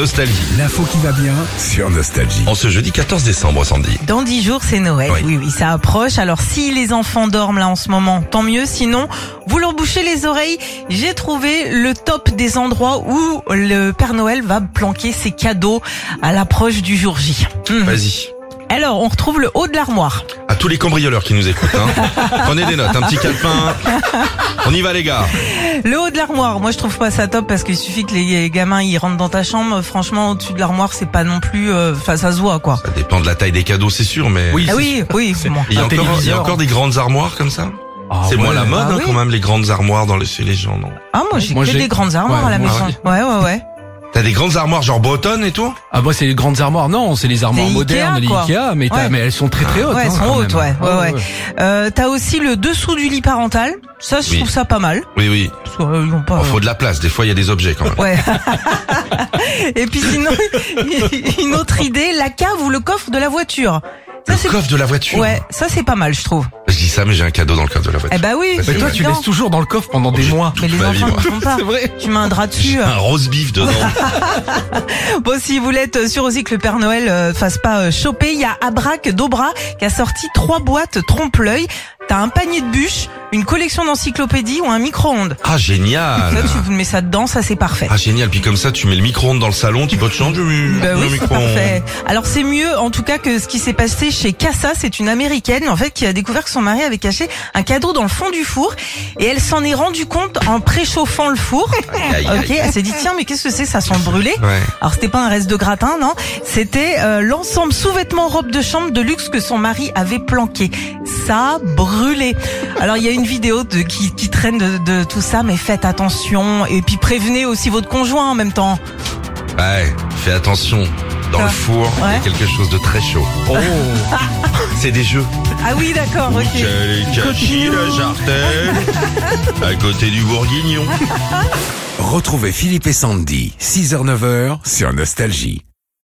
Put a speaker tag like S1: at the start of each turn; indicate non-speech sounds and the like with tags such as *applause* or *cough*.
S1: Nostalgie.
S2: L'info qui va bien sur Nostalgie.
S1: En ce jeudi 14 décembre, Sandy.
S3: Dans dix jours, c'est Noël.
S1: Oui.
S3: Oui. oui, ça approche. Alors, si les enfants dorment là en ce moment, tant mieux. Sinon, vous leur bouchez les oreilles. J'ai trouvé le top des endroits où le Père Noël va planquer ses cadeaux à l'approche du jour J. Mhm.
S1: Vas-y.
S3: Alors, on retrouve le haut de l'armoire.
S1: À tous les cambrioleurs qui nous écoutent,
S3: *laughs*
S1: hein. prenez des notes, un petit calepin. On y va, les gars.
S3: Le haut de l'armoire, moi je trouve pas ça top parce qu'il suffit que les gamins ils rentrent dans ta chambre. Franchement, au-dessus de l'armoire, c'est pas non plus. euh, Enfin, ça se voit quoi.
S1: Ça dépend de la taille des cadeaux, c'est sûr, mais.
S3: Ah oui, oui. bon.
S1: Il y, a
S2: Un
S1: encore, il y a
S2: téléviseur.
S1: encore des grandes armoires comme ça C'est
S2: moi
S1: moins la mode,
S3: Ah
S1: hein,
S3: oui.
S1: quand même, les grandes armoires dans les, chez les gens, non
S3: Ah, moi j'ai
S2: Moi,
S3: que
S2: j'ai-
S3: des grandes armoires
S2: Ouais,
S3: à la
S2: moi
S3: maison.
S2: aussi.
S3: Ouais, ouais, ouais.
S1: T'as des grandes armoires genre bretonnes et tout
S2: Ah moi c'est les grandes armoires, non, c'est les armoires
S3: C'est Ikea,
S2: modernes, les
S3: quoi.
S2: Ikea, mais, t'as-
S3: Ouais.
S2: mais elles sont très très hautes.
S3: Ouais, elles
S2: hein,
S3: sont
S2: quand
S3: hautes,
S2: même.
S3: ouais, ouais, ouais. Euh, T'as aussi le dessous du lit parental. Ça, je
S1: Oui.
S3: trouve ça pas mal.
S1: Oui, oui.
S3: Parce que, euh, ils ont pas,
S1: Il faut
S3: euh,
S1: de la place. Des fois, il y a des objets quand même.
S3: Ouais. *laughs* Et puis sinon, *laughs* une autre idée, la cave ou le coffre de la voiture. Ça,
S1: Le
S3: c'est
S1: coffre Bah, de la voiture.
S3: ouais, ça c'est pas mal, je trouve.
S1: Je dis ça, mais j'ai un cadeau dans le coffre de la voiture.
S3: Eh bah oui.
S1: Mais
S3: c'est
S2: Mais toi tu
S3: évident.
S2: laisses toujours dans le coffre pendant des
S1: Oh, J'ai
S2: mois.
S1: tout-
S3: Mais les
S1: ma vie,
S3: enfants
S1: moi.
S3: ne
S2: *laughs*
S3: font pas.
S2: C'est vrai.
S3: Tu mets un drap dessus.
S1: J'ai un rose beef dedans.
S3: *laughs* Bon, si vous l'êtes sûr aussi que le Père Noël euh, fasse pas euh, choper, il y a Abrac d'Aubra qui a sorti trois boîtes trompe-l'œil. T'as un panier de bûches, une collection d'encyclopédies ou un micro-ondes.
S1: Ah,
S3: Ça,
S1: génial.
S3: tu mets ça dedans, ça c'est parfait.
S1: Ah, génial. Puis comme ça, tu mets le micro-ondes dans le salon, tu peux te changer le
S3: Bah oui, c'est
S1: micro-ondes.
S3: parfait. Alors c'est mieux en tout cas que ce qui s'est passé chez Cassa, c'est une américaine en fait qui a découvert que son mari avait caché un cadeau dans le fond du four et elle s'en est rendue compte en préchauffant le four.
S1: Aïe, aïe, aïe.
S3: OK, elle s'est dit tiens mais qu'est-ce que c'est ça sent brûlé
S1: Ouais.
S3: Alors c'était pas un reste de gratin, non. C'était euh, l'ensemble sous-vêtements, robe de chambre de luxe que son mari avait planqué. Ça brûlait. Alors il y a une vidéo de, qui, qui traîne de, de tout ça, mais faites attention et puis prévenez aussi votre conjoint en même temps.
S1: Ouais, fais attention. Dans
S3: Ça.
S1: le four, il y a
S3: Ah. Ouais.
S1: quelque chose de très chaud.
S2: Oh.
S1: C'est des jeux.
S3: Ah oui d'accord, ok.
S1: Nickel et cachi, la
S3: *laughs*
S1: jartelle, à côté du bourguignon.
S2: Retrouvez Philippe et Sandy, 6h-9h sur Nostalgie.